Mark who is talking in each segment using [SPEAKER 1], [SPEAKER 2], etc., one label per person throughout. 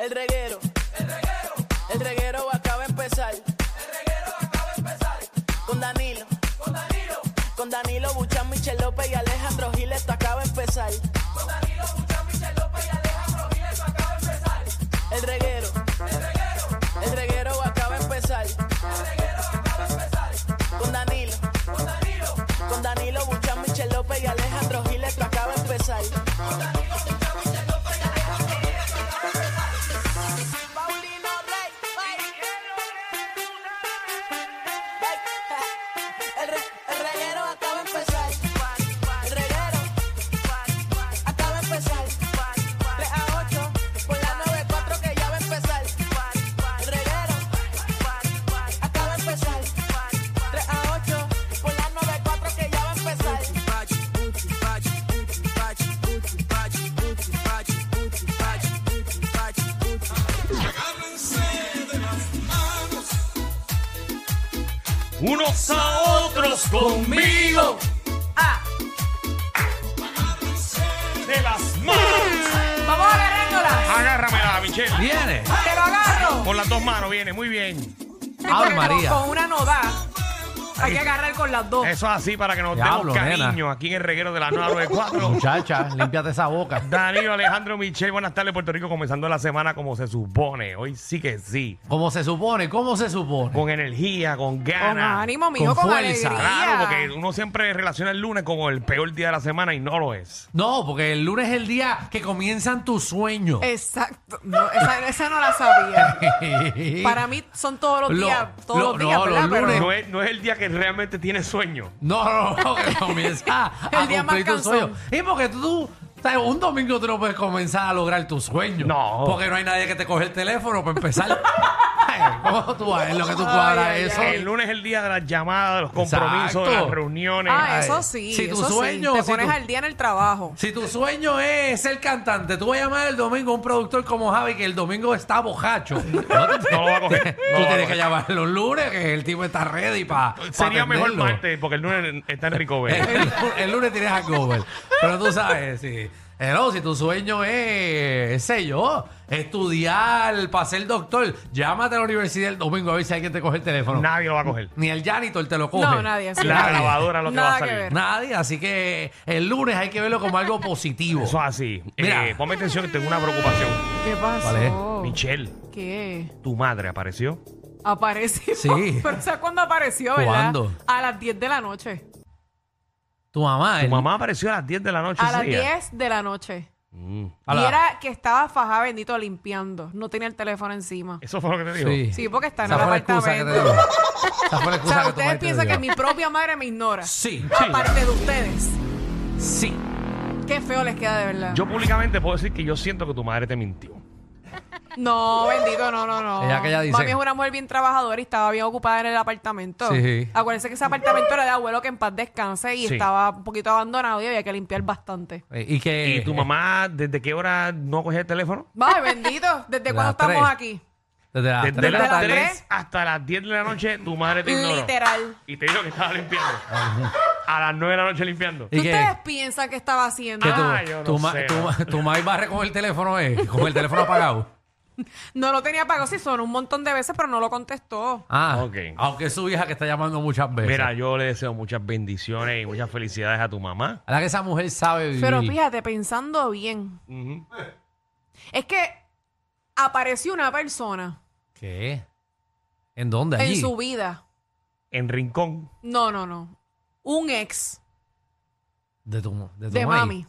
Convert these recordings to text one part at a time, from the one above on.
[SPEAKER 1] El reguero. El reguero acaba de empezar. Con Danilo. Con Danilo Buchan, Michel López y Alejandro Gil, esto acaba de empezar. El reguero. El reguero acaba de empezar. Con Danilo. Con Danilo Buchan, Michel López y Alejandro Gil, esto acaba de empezar. Paulino Rey. El, re- el reguero acaba de empezar. El reguero acaba de empezar. 3 a 8 por la 94 que ya va a empezar. El reguero acaba de empezar. 3 a 8 por la 94 que ya va a empezar.
[SPEAKER 2] unos a otros conmigo.
[SPEAKER 1] Ah.
[SPEAKER 2] De las manos.
[SPEAKER 1] Vamos agarrándola.
[SPEAKER 2] Agárramela, Michelle.
[SPEAKER 3] Viene.
[SPEAKER 1] Te lo agarro.
[SPEAKER 2] Con las dos manos viene, muy bien.
[SPEAKER 3] Ave María.
[SPEAKER 1] una no da. Hay que agarrar con las dos.
[SPEAKER 2] Eso es así para que nos
[SPEAKER 3] Diablo,
[SPEAKER 2] demos cariño
[SPEAKER 3] nena.
[SPEAKER 2] aquí en el reguero de la 994.
[SPEAKER 3] Muchacha, límpiate esa boca.
[SPEAKER 2] Danilo Alejandro Michelle, buenas tardes Puerto Rico, comenzando la semana como se supone. Hoy sí que sí.
[SPEAKER 3] Como se supone, como se supone.
[SPEAKER 2] Con energía, con ganas.
[SPEAKER 4] Con ánimo mío,
[SPEAKER 3] Con
[SPEAKER 4] con,
[SPEAKER 3] fuerza.
[SPEAKER 4] alegría.
[SPEAKER 2] Claro, porque uno siempre relaciona el lunes como el peor día de la semana y no lo es.
[SPEAKER 3] No, porque el lunes es el día que comienzan tus sueños.
[SPEAKER 4] Exacto. No, esa, esa no la sabía. Para mí son todos los
[SPEAKER 3] Lo-
[SPEAKER 4] días, todos
[SPEAKER 3] lo-
[SPEAKER 4] los días,
[SPEAKER 3] no, los
[SPEAKER 4] ¿verdad?
[SPEAKER 3] lunes.
[SPEAKER 2] No es, no es el día que realmente tienes sueño.
[SPEAKER 3] No, no, no, que comienza a
[SPEAKER 4] El día más
[SPEAKER 3] cumplir tus
[SPEAKER 4] cansón.
[SPEAKER 3] sueños. Y porque tú, sabes, un domingo tú no puedes comenzar a lograr tus sueños.
[SPEAKER 2] No.
[SPEAKER 3] Porque no hay nadie que te coge el teléfono para empezar. Ay, ¿Cómo tú vas? Es lo que tú cuadras
[SPEAKER 4] ay,
[SPEAKER 3] eso.
[SPEAKER 2] El lunes es el día de las llamadas, de los
[SPEAKER 3] Exacto.
[SPEAKER 2] compromisos, de las reuniones.
[SPEAKER 4] Ah,
[SPEAKER 3] Ay,
[SPEAKER 4] eso sí.
[SPEAKER 3] si tu
[SPEAKER 4] eso sí.
[SPEAKER 3] sueño,
[SPEAKER 4] Te
[SPEAKER 3] si
[SPEAKER 4] pones
[SPEAKER 3] tu-
[SPEAKER 4] al día en el trabajo.
[SPEAKER 3] Si tu sueño es ser cantante, tú vas a llamar el domingo a un productor como Javi que el domingo está bojacho. No, tú-
[SPEAKER 2] No lo va a coger.
[SPEAKER 3] tú
[SPEAKER 2] No lo va a
[SPEAKER 3] tienes que
[SPEAKER 2] coger.
[SPEAKER 3] llamar los lunes que el tipo está ready para.
[SPEAKER 2] Sería mejor martes, pues. porque el lunes está en Rico Verde.
[SPEAKER 3] El, el lunes tienes hangover. Pero tú sabes, si, hello, si tu sueño es, qué sé yo, estudiar para ser doctor, llámate a la universidad el domingo a ver si alguien te coge el teléfono.
[SPEAKER 2] Nadie lo va a coger.
[SPEAKER 3] Ni el janitor te lo coge.
[SPEAKER 4] No, nadie, sí.
[SPEAKER 2] La grabadora es lo que
[SPEAKER 4] Nada
[SPEAKER 2] va a
[SPEAKER 4] que
[SPEAKER 2] salir.
[SPEAKER 4] ver.
[SPEAKER 3] Nadie, así que el lunes hay que verlo como algo positivo.
[SPEAKER 2] Eso es así.
[SPEAKER 3] Mira.
[SPEAKER 2] Eh, ponme atención que tengo una preocupación.
[SPEAKER 4] ¿Qué pasó?
[SPEAKER 3] ¿Cuál
[SPEAKER 2] Michelle,
[SPEAKER 4] ¿Qué?
[SPEAKER 2] tu madre apareció.
[SPEAKER 4] Apareció.
[SPEAKER 3] Sí.
[SPEAKER 4] Pero ¿sabes cuándo apareció, verdad?
[SPEAKER 3] ¿Cuándo?
[SPEAKER 4] A las 10 de la noche.
[SPEAKER 3] Tu mamá,
[SPEAKER 2] Tu
[SPEAKER 3] el-
[SPEAKER 2] mamá apareció a las 10 de la noche.
[SPEAKER 4] A
[SPEAKER 2] ese
[SPEAKER 4] las
[SPEAKER 2] día.
[SPEAKER 4] 10 de la noche.
[SPEAKER 2] Mm.
[SPEAKER 3] A
[SPEAKER 4] Y
[SPEAKER 3] la-
[SPEAKER 4] era que estaba fajada, bendito, limpiando. No tenía el teléfono encima.
[SPEAKER 2] Eso fue lo que te dijo.
[SPEAKER 3] Sí.
[SPEAKER 4] Sí, porque está en el
[SPEAKER 3] Esa fue la excusa que te
[SPEAKER 4] apartamento.
[SPEAKER 3] dio. Esa fue la
[SPEAKER 4] O
[SPEAKER 3] excusa
[SPEAKER 4] sea,
[SPEAKER 3] que tu madre
[SPEAKER 4] ustedes
[SPEAKER 3] te
[SPEAKER 4] piensan
[SPEAKER 3] dio.
[SPEAKER 4] que mi propia madre me ignora.
[SPEAKER 3] Sí,
[SPEAKER 4] Aparte de ustedes.
[SPEAKER 3] sí.
[SPEAKER 4] Qué feo les queda de verdad.
[SPEAKER 2] Yo públicamente puedo decir que yo siento que tu madre te mintió.
[SPEAKER 4] No, bendito, no, no, no.
[SPEAKER 3] Ella que ella dice-
[SPEAKER 4] Mami es una mujer bien trabajadora y estaba bien ocupada en el apartamento.
[SPEAKER 3] Sí.
[SPEAKER 4] Acuérdense que ese apartamento era de abuelo que en paz descanse y
[SPEAKER 2] Sí.
[SPEAKER 4] estaba un poquito abandonado y había que limpiar bastante.
[SPEAKER 3] Eh, Y que.
[SPEAKER 2] ¿Y tu mamá desde qué hora no cogía el teléfono?
[SPEAKER 4] Vale, bendito. ¿Desde
[SPEAKER 3] Las
[SPEAKER 4] cuándo estamos
[SPEAKER 3] tres.
[SPEAKER 4] aquí?
[SPEAKER 3] Desde las
[SPEAKER 2] Desde
[SPEAKER 3] tres de la
[SPEAKER 2] las
[SPEAKER 3] tarde.
[SPEAKER 2] 3 hasta las 10 de la noche tu madre te ignoró.
[SPEAKER 4] Literal.
[SPEAKER 2] Y te dijo que estaba limpiando. a las 9 de la noche limpiando.
[SPEAKER 3] Y
[SPEAKER 4] ¿Qué ustedes
[SPEAKER 3] que.
[SPEAKER 4] piensan que estaba haciendo?
[SPEAKER 3] Que tu,
[SPEAKER 2] Ah, yo no
[SPEAKER 3] tu, ma-
[SPEAKER 2] sé.
[SPEAKER 3] tu, ma- tu mamá barre con el teléfono, eh, con el teléfono apagado.
[SPEAKER 4] No lo tenía pagado, sí, sonó un montón de veces, pero no lo contestó.
[SPEAKER 3] Ah,
[SPEAKER 2] Ok.
[SPEAKER 3] aunque es su hija que está llamando muchas veces.
[SPEAKER 2] Mira, yo le deseo muchas bendiciones y muchas felicidades a tu mamá.
[SPEAKER 3] A la que esa mujer sabe vivir.
[SPEAKER 4] Pero fíjate, pensando bien,
[SPEAKER 2] Ujú.
[SPEAKER 4] es que apareció una persona
[SPEAKER 3] ¿Qué? ¿En dónde? Allí.
[SPEAKER 4] en su vida.
[SPEAKER 2] En Rincón.
[SPEAKER 4] No, no, no. Un ex
[SPEAKER 3] De tu, de tu
[SPEAKER 4] de
[SPEAKER 3] mami.
[SPEAKER 4] mami.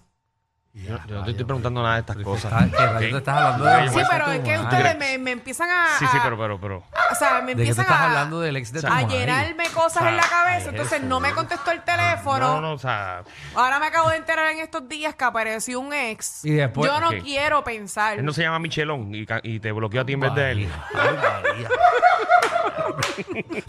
[SPEAKER 2] Yo, yo no te estoy preguntando nada de estas cosas.
[SPEAKER 3] Estás- ¿Qué rayos
[SPEAKER 2] ¿ok?
[SPEAKER 3] te estás hablando de
[SPEAKER 4] Sí,
[SPEAKER 3] Pues,
[SPEAKER 4] pero
[SPEAKER 3] tu
[SPEAKER 4] es que
[SPEAKER 3] madre.
[SPEAKER 4] ustedes me, me empiezan a,
[SPEAKER 2] Sí, sí,
[SPEAKER 4] a-
[SPEAKER 2] pero, pero, pero.
[SPEAKER 4] o sea, me
[SPEAKER 3] ¿De qué tú
[SPEAKER 4] empiezan
[SPEAKER 3] estás
[SPEAKER 4] a,
[SPEAKER 3] hablando Ah, del ex de tu
[SPEAKER 4] a
[SPEAKER 3] madre?
[SPEAKER 4] llenarme cosas en la
[SPEAKER 2] Ay,
[SPEAKER 4] cabeza. Entonces no me contestó el teléfono.
[SPEAKER 2] Ah, No, no, o sea,
[SPEAKER 4] Ahora me acabo de enterar en estos días que apareció un ex.
[SPEAKER 3] Y después-
[SPEAKER 4] Yo no
[SPEAKER 2] Sí.
[SPEAKER 4] quiero pensar.
[SPEAKER 2] él no se llama Michelón y, ca- y te bloqueó a ti en vez de él.
[SPEAKER 3] María, María.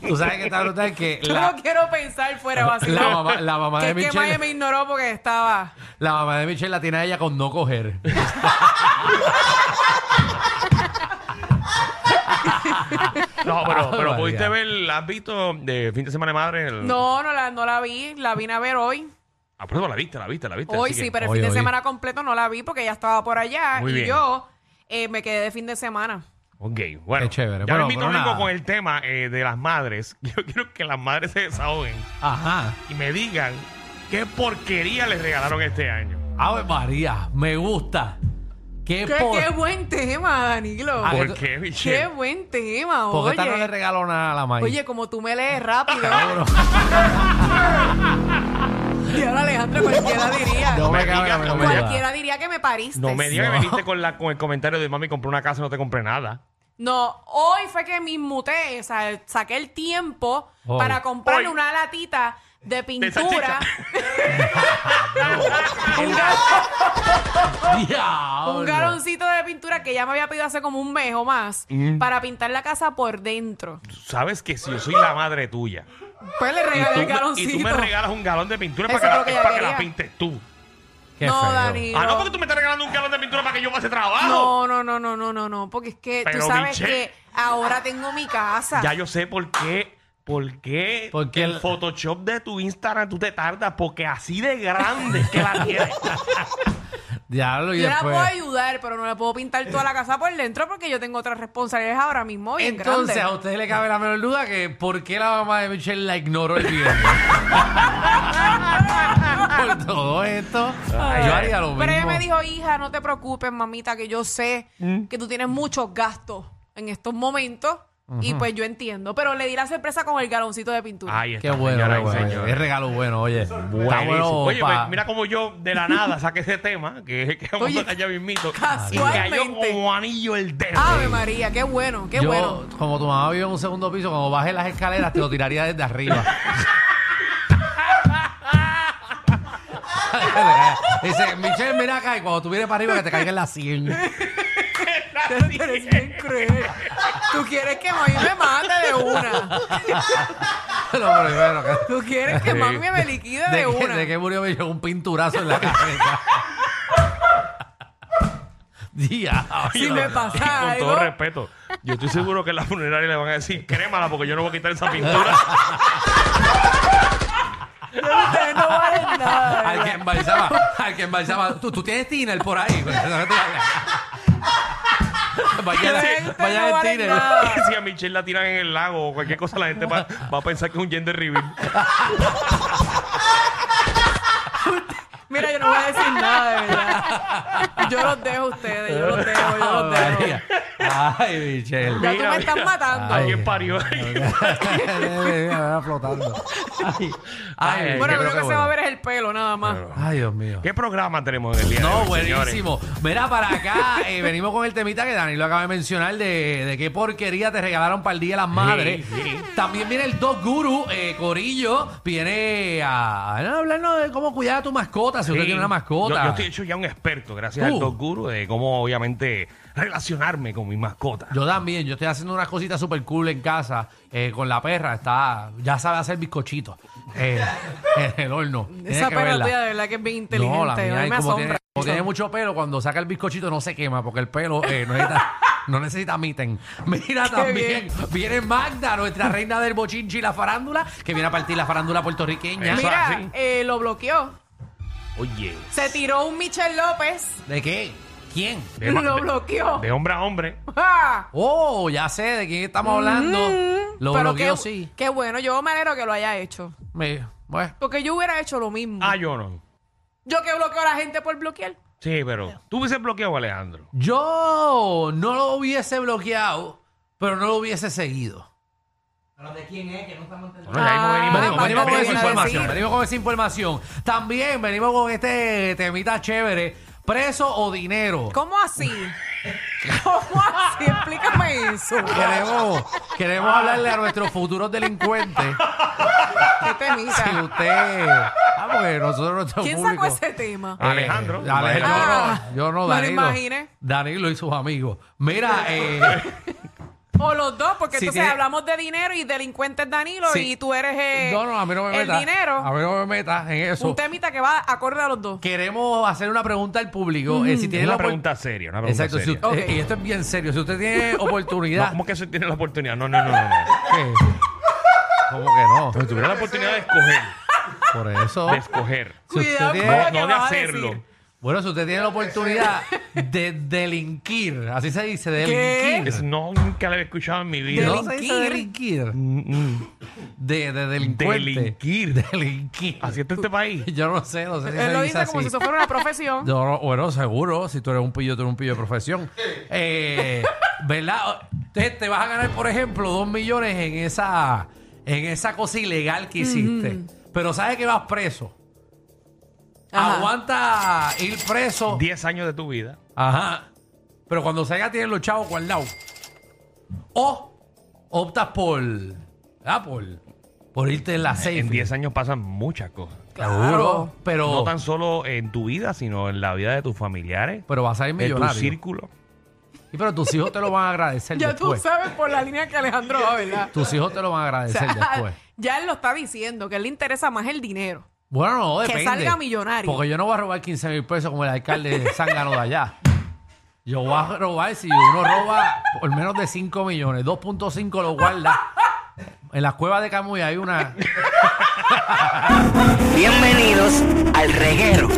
[SPEAKER 3] Tú sabes que está brutal que
[SPEAKER 4] Yo
[SPEAKER 3] la,
[SPEAKER 4] no quiero pensar fuera vacío.
[SPEAKER 3] la mamá, la mamá
[SPEAKER 4] que
[SPEAKER 3] de
[SPEAKER 4] es que Maya
[SPEAKER 3] Michelle,
[SPEAKER 4] me ignoró porque estaba.
[SPEAKER 3] la mamá de Michelle la tiene a ella con no coger.
[SPEAKER 2] No, pero, pero
[SPEAKER 3] María.
[SPEAKER 2] pudiste ver, ¿has visto de fin de semana de madre? El...
[SPEAKER 4] No, no la, no la vi. La vine a ver hoy.
[SPEAKER 2] Ah, pero la viste, la viste, la viste.
[SPEAKER 4] Hoy
[SPEAKER 2] así
[SPEAKER 4] sí,
[SPEAKER 2] que-
[SPEAKER 4] pero el
[SPEAKER 3] Hoy,
[SPEAKER 4] fin de
[SPEAKER 3] hoy.
[SPEAKER 4] semana completo no la vi porque ella estaba por allá
[SPEAKER 2] Muy
[SPEAKER 4] y
[SPEAKER 2] bien.
[SPEAKER 4] yo eh, me quedé de fin de semana.
[SPEAKER 2] Ok, bueno.
[SPEAKER 3] Qué chévere.
[SPEAKER 2] Ya
[SPEAKER 3] Bueno,
[SPEAKER 2] mismito
[SPEAKER 3] pero
[SPEAKER 2] vengo
[SPEAKER 3] nada.
[SPEAKER 2] con el tema eh, de las madres. Yo quiero que las madres se desahoguen
[SPEAKER 3] Ajá.
[SPEAKER 2] y me digan qué porquería les regalaron este año.
[SPEAKER 3] Ave María, me gusta. Qué,
[SPEAKER 4] Qué,
[SPEAKER 3] por-
[SPEAKER 4] qué buen tema, Danilo.
[SPEAKER 3] Ah,
[SPEAKER 2] ¿Por
[SPEAKER 3] esto-
[SPEAKER 2] qué,
[SPEAKER 4] qué
[SPEAKER 2] Michelle?
[SPEAKER 4] buen tema,
[SPEAKER 3] ¿Por qué esta no le Ah.
[SPEAKER 4] oye.
[SPEAKER 3] regaló nada a la maíz?
[SPEAKER 4] Oye, como tú me lees rápido.
[SPEAKER 3] Cabrón.
[SPEAKER 4] y ahora Alejandro, cualquiera diría.
[SPEAKER 3] No me
[SPEAKER 2] Me
[SPEAKER 3] cabe,
[SPEAKER 2] digas,
[SPEAKER 3] no
[SPEAKER 2] cualquiera.
[SPEAKER 3] me digas.
[SPEAKER 4] cualquiera diría que me pariste.
[SPEAKER 2] No me digas
[SPEAKER 3] No.
[SPEAKER 2] que viniste con, la, con el comentario de mami, compré una casa y no te compré nada.
[SPEAKER 4] No, hoy fue que me inmuté, o sea, saqué el tiempo
[SPEAKER 3] Hoy.
[SPEAKER 4] para comprarle
[SPEAKER 2] Hoy.
[SPEAKER 4] una latita de pintura,
[SPEAKER 3] Diablo.
[SPEAKER 4] un galoncito de pintura que ya me había pedido hace como un mes o más,
[SPEAKER 2] Mm.
[SPEAKER 4] para pintar la casa por dentro.
[SPEAKER 2] Tú sabes que si yo soy la madre tuya
[SPEAKER 4] Pues le
[SPEAKER 2] y
[SPEAKER 4] regalé
[SPEAKER 2] tú,
[SPEAKER 4] el
[SPEAKER 2] me, y
[SPEAKER 4] galoncito.
[SPEAKER 2] tú me regalas un galón de pintura para
[SPEAKER 4] Eso
[SPEAKER 2] que,
[SPEAKER 4] es
[SPEAKER 2] la,
[SPEAKER 4] lo que yo
[SPEAKER 2] para que la
[SPEAKER 4] quería.
[SPEAKER 2] pintes tú.
[SPEAKER 3] Qué
[SPEAKER 4] no,
[SPEAKER 3] feo.
[SPEAKER 4] Danilo.
[SPEAKER 2] Ah, no, porque tú me estás regalando un galón de pintura para que yo pase trabajo.
[SPEAKER 4] no, no, no, no, no, no, no, porque es que
[SPEAKER 2] Pero,
[SPEAKER 4] tú sabes
[SPEAKER 2] Michelle.
[SPEAKER 4] que ahora tengo mi casa.
[SPEAKER 2] Ya yo sé por qué. ¿Por qué
[SPEAKER 3] Porque
[SPEAKER 2] el
[SPEAKER 3] el-
[SPEAKER 2] Photoshop de tu Instagram tú te tardas? Porque así de grande es que la tienes.
[SPEAKER 3] Diablo, y
[SPEAKER 4] yo la
[SPEAKER 3] después.
[SPEAKER 4] puedo ayudar, pero no le puedo pintar toda la casa por dentro porque yo tengo otras responsabilidades ahora mismo bien
[SPEAKER 3] Entonces,
[SPEAKER 4] grandes.
[SPEAKER 3] a ustedes le cabe la menor duda que por qué la mamá de Michelle la ignoró el viernes. por todo esto, yo haría lo mismo.
[SPEAKER 4] Pero ella me dijo, hija, no te preocupes, mamita, que yo sé
[SPEAKER 2] Mm.
[SPEAKER 4] que tú tienes muchos gastos en estos momentos. Y pues yo entiendo. Pero le di la sorpresa con el galoncito de pintura.
[SPEAKER 2] Ahí está,
[SPEAKER 3] Qué bueno,
[SPEAKER 2] señoras
[SPEAKER 3] qué
[SPEAKER 2] y
[SPEAKER 3] bueno.
[SPEAKER 2] señores.
[SPEAKER 3] Es regalo bueno, oye. Está
[SPEAKER 2] Buenísimo.
[SPEAKER 3] bueno
[SPEAKER 2] Oye,
[SPEAKER 3] pa-
[SPEAKER 2] pues, mira como yo de la nada saqué ese tema, que, que vamos
[SPEAKER 4] Oye,
[SPEAKER 2] a allá mismito. Y
[SPEAKER 4] casualmente.
[SPEAKER 2] cayó como anillo el dedo.
[SPEAKER 4] Ave María, qué bueno, qué
[SPEAKER 3] Eh, yo,
[SPEAKER 4] bueno.
[SPEAKER 3] como tu mamá vive en un segundo piso, cuando baje las escaleras te lo tiraría desde arriba. Dice, Michelle, mira acá y cuando tú vienes para arriba que te caiga en la 100.
[SPEAKER 4] Tú eres bien cruel. Tú quieres que mami me mate de una.
[SPEAKER 3] lo primero que...
[SPEAKER 4] Tú quieres que mami me liquide de,
[SPEAKER 3] ¿De, qué,
[SPEAKER 4] una.
[SPEAKER 3] de qué murió Michelle? Un pinturazo en la cabeza. Diablo.
[SPEAKER 4] Si me
[SPEAKER 2] Y
[SPEAKER 4] pasa
[SPEAKER 2] con
[SPEAKER 4] algo.
[SPEAKER 2] todo respeto, yo estoy seguro que en la funeraria le van a decir, crémala porque yo no voy a quitar esa pintura.
[SPEAKER 4] ustedes no valen nada. de
[SPEAKER 3] Al
[SPEAKER 4] verdad.
[SPEAKER 3] que embalsaba, al que embalsaba. Tú, tú tienes tiner por ahí. Vaya,
[SPEAKER 4] Ustedes no
[SPEAKER 3] vaya el
[SPEAKER 4] valen
[SPEAKER 3] tiner.
[SPEAKER 4] nada.
[SPEAKER 2] si a Michelle la tiran en el lago o cualquier cosa, la gente va, va a pensar que es un gender reveal.
[SPEAKER 4] Mira, yo no voy a decir nada, de verdad. Yo los dejo a ustedes, yo los dejo, yo los dejo.
[SPEAKER 3] María. eh, Ay, Michelle.
[SPEAKER 4] Ya tú
[SPEAKER 2] Mira,
[SPEAKER 4] me estás
[SPEAKER 2] mira.
[SPEAKER 4] matando.
[SPEAKER 2] Alguien parió.
[SPEAKER 3] flotando. Ay,
[SPEAKER 2] Ay,
[SPEAKER 4] bueno,
[SPEAKER 3] qué
[SPEAKER 4] lo único que se va a
[SPEAKER 3] bueno.
[SPEAKER 4] ver es el pelo, nada más.
[SPEAKER 3] Ay, Dios mío.
[SPEAKER 2] ¿Qué programa tenemos en el día
[SPEAKER 3] No,
[SPEAKER 2] de hoy, señores?
[SPEAKER 3] buenísimo. Mira, para acá eh, venimos con el temita que Danilo acaba de mencionar de, de qué porquería te regalaron para el Día de las Madres.
[SPEAKER 2] Sí, sí.
[SPEAKER 3] También viene el Dog Guru, eh, Corillo, viene a, a hablarnos de cómo cuidar a tu mascota, si usted
[SPEAKER 2] Sí.
[SPEAKER 3] tiene una mascota. Uh.
[SPEAKER 2] Yo, yo estoy hecho ya un experto, gracias
[SPEAKER 3] Tú.
[SPEAKER 2] al Doc Guru, de cómo obviamente relacionarme con mi mascota.
[SPEAKER 3] Yo también, yo estoy haciendo unas cositas super cool en casa eh, con la perra, está, ya sabe hacer bizcochitos eh, en el horno. Tienes
[SPEAKER 4] Esa
[SPEAKER 3] que
[SPEAKER 4] perra
[SPEAKER 3] verla.
[SPEAKER 4] tuya de verdad que es bien inteligente.
[SPEAKER 3] No, la
[SPEAKER 4] a mí
[SPEAKER 3] mía es
[SPEAKER 4] me
[SPEAKER 3] como
[SPEAKER 4] asombra.
[SPEAKER 3] tiene, como tiene mucho pelo, cuando saca el bizcochito no se quema porque el pelo eh, no necesita, no necesita miten. Mira también, viene Magda, nuestra reina del bochinchi y la farándula, que viene a partir la farándula puertorriqueña.
[SPEAKER 2] Eso es
[SPEAKER 4] Mira,
[SPEAKER 2] así.
[SPEAKER 4] eh, lo bloqueó.
[SPEAKER 2] Oye,
[SPEAKER 4] Se tiró un Michel López.
[SPEAKER 3] ¿De qué? ¿Quién?
[SPEAKER 2] de,
[SPEAKER 4] Lo bloqueó.
[SPEAKER 2] de hombre a hombre.
[SPEAKER 4] ¡Ah!
[SPEAKER 3] Oh, ya sé de quién estamos hablando. Lo
[SPEAKER 4] Mm-hmm. Pero
[SPEAKER 3] bloqueó,
[SPEAKER 4] qué,
[SPEAKER 3] sí.
[SPEAKER 4] Qué bueno, yo me alegro que lo haya hecho.
[SPEAKER 3] Me- bueno,
[SPEAKER 4] Porque yo hubiera hecho lo mismo.
[SPEAKER 2] Ah, yo no.
[SPEAKER 4] Yo que bloqueo a la gente por bloquear.
[SPEAKER 2] Sí, pero tú hubieses bloqueado a Alejandro.
[SPEAKER 3] yo no lo hubiese bloqueado, pero no lo hubiese seguido.
[SPEAKER 2] Bueno, ya mismo
[SPEAKER 4] Ah,
[SPEAKER 2] venimos-
[SPEAKER 3] Venimos,
[SPEAKER 4] Magda
[SPEAKER 3] venimos
[SPEAKER 4] te
[SPEAKER 3] con esa
[SPEAKER 4] viene a
[SPEAKER 3] información.
[SPEAKER 4] decir.
[SPEAKER 3] Venimos con esa información. También venimos con este temita chévere. ¿Preso o dinero?
[SPEAKER 4] ¿Cómo así? ¿Cómo así? Explícame eso.
[SPEAKER 3] Queremos, queremos hablarle a nuestros futuros delincuentes.
[SPEAKER 4] Qué temita.
[SPEAKER 3] Si usted. Ah, porque nosotros, nuestro
[SPEAKER 4] ¿Quién
[SPEAKER 3] público.
[SPEAKER 4] sacó ese tema?
[SPEAKER 2] Ah, Alejandro.
[SPEAKER 3] Eh, Alejandro,
[SPEAKER 4] Ah,
[SPEAKER 3] yo no, yo no,
[SPEAKER 4] me lo
[SPEAKER 3] Danilo.
[SPEAKER 4] imaginé.
[SPEAKER 3] Danilo y sus amigos. Mira, eh,
[SPEAKER 4] O los dos, porque
[SPEAKER 3] Si
[SPEAKER 4] entonces
[SPEAKER 3] tiene-
[SPEAKER 4] hablamos de dinero y delincuentes Danilo
[SPEAKER 3] Sí.
[SPEAKER 4] y tú eres eh,
[SPEAKER 3] no, no, a mí no me
[SPEAKER 4] el
[SPEAKER 3] metas.
[SPEAKER 4] dinero.
[SPEAKER 3] A mí no me metas en
[SPEAKER 4] Un
[SPEAKER 3] eso.
[SPEAKER 4] temita que va acorde a los dos.
[SPEAKER 3] Queremos hacer una pregunta al público. Eh, si tiene
[SPEAKER 2] Es una
[SPEAKER 3] la opor-
[SPEAKER 2] pregunta seria, una pregunta
[SPEAKER 3] Exacto, si
[SPEAKER 2] seria.
[SPEAKER 3] usted-
[SPEAKER 4] Ok.
[SPEAKER 3] y esto es bien serio. Si usted tiene
[SPEAKER 2] No,
[SPEAKER 3] oportunidad,
[SPEAKER 2] ¿Cómo que se tiene la oportunidad? No, no, no, no. no.
[SPEAKER 3] ¿Qué? ¿Cómo que no?
[SPEAKER 2] Si tuviera la oportunidad de escoger,
[SPEAKER 3] Por eso.
[SPEAKER 2] de escoger.
[SPEAKER 3] Si usted
[SPEAKER 4] Cuidado
[SPEAKER 3] tiene-
[SPEAKER 4] con lo
[SPEAKER 2] No,
[SPEAKER 4] que
[SPEAKER 2] no de
[SPEAKER 4] vas a
[SPEAKER 2] hacerlo.
[SPEAKER 4] decir.
[SPEAKER 3] Bueno, si usted tiene la oportunidad de delinquir, así se dice, delinquir.
[SPEAKER 2] Es- no, nunca la había escuchado en mi vida.
[SPEAKER 3] No se dice delinquir. De, de delincuente.
[SPEAKER 2] Delinquir.
[SPEAKER 3] Delinquir.
[SPEAKER 2] Así está este país.
[SPEAKER 3] Yo no sé, no sé si
[SPEAKER 4] Él
[SPEAKER 3] se
[SPEAKER 4] lo
[SPEAKER 3] dice
[SPEAKER 4] dice como
[SPEAKER 3] así.
[SPEAKER 4] si eso fuera una profesión.
[SPEAKER 3] No, no, bueno, seguro, si tú eres un pillo, tú eres un pillo de profesión. Eh, ¿Verdad? Te, te vas a ganar, por ejemplo, dos millones en esa, en esa cosa ilegal que hiciste. Pero sabes que vas preso.
[SPEAKER 4] Ajá.
[SPEAKER 3] Aguanta ir preso.
[SPEAKER 2] 10 años de tu vida.
[SPEAKER 3] Ajá. Pero cuando salga tienes los chavos guardados. O optas por. ah, por, por irte en la safe.
[SPEAKER 2] En 10 años pasan muchas cosas.
[SPEAKER 3] Seguro. Pero,
[SPEAKER 2] No tan solo en tu vida, sino en la vida de tus familiares,
[SPEAKER 3] pero vas a ir
[SPEAKER 2] de tu
[SPEAKER 3] millonario.
[SPEAKER 2] círculo.
[SPEAKER 3] Y pero tus hijos te lo van a agradecer
[SPEAKER 4] Ya tú
[SPEAKER 3] después.
[SPEAKER 4] sabes por la línea que Alejandro va, ¿verdad?
[SPEAKER 3] Tus hijos te lo van
[SPEAKER 4] O
[SPEAKER 3] a agradecer
[SPEAKER 4] sea,
[SPEAKER 3] después.
[SPEAKER 4] ya él lo está diciendo, que a él le interesa más el dinero.
[SPEAKER 3] Bueno, no,
[SPEAKER 4] Que
[SPEAKER 3] depende.
[SPEAKER 4] salga millonario.
[SPEAKER 3] Porque yo no voy a robar 15 mil pesos como el alcalde de Sangano de allá. Yo voy a robar, si uno roba por menos de 5 millones, 2.5 lo guarda. En las cuevas de Camuy hay una...
[SPEAKER 5] Bienvenidos al reguero.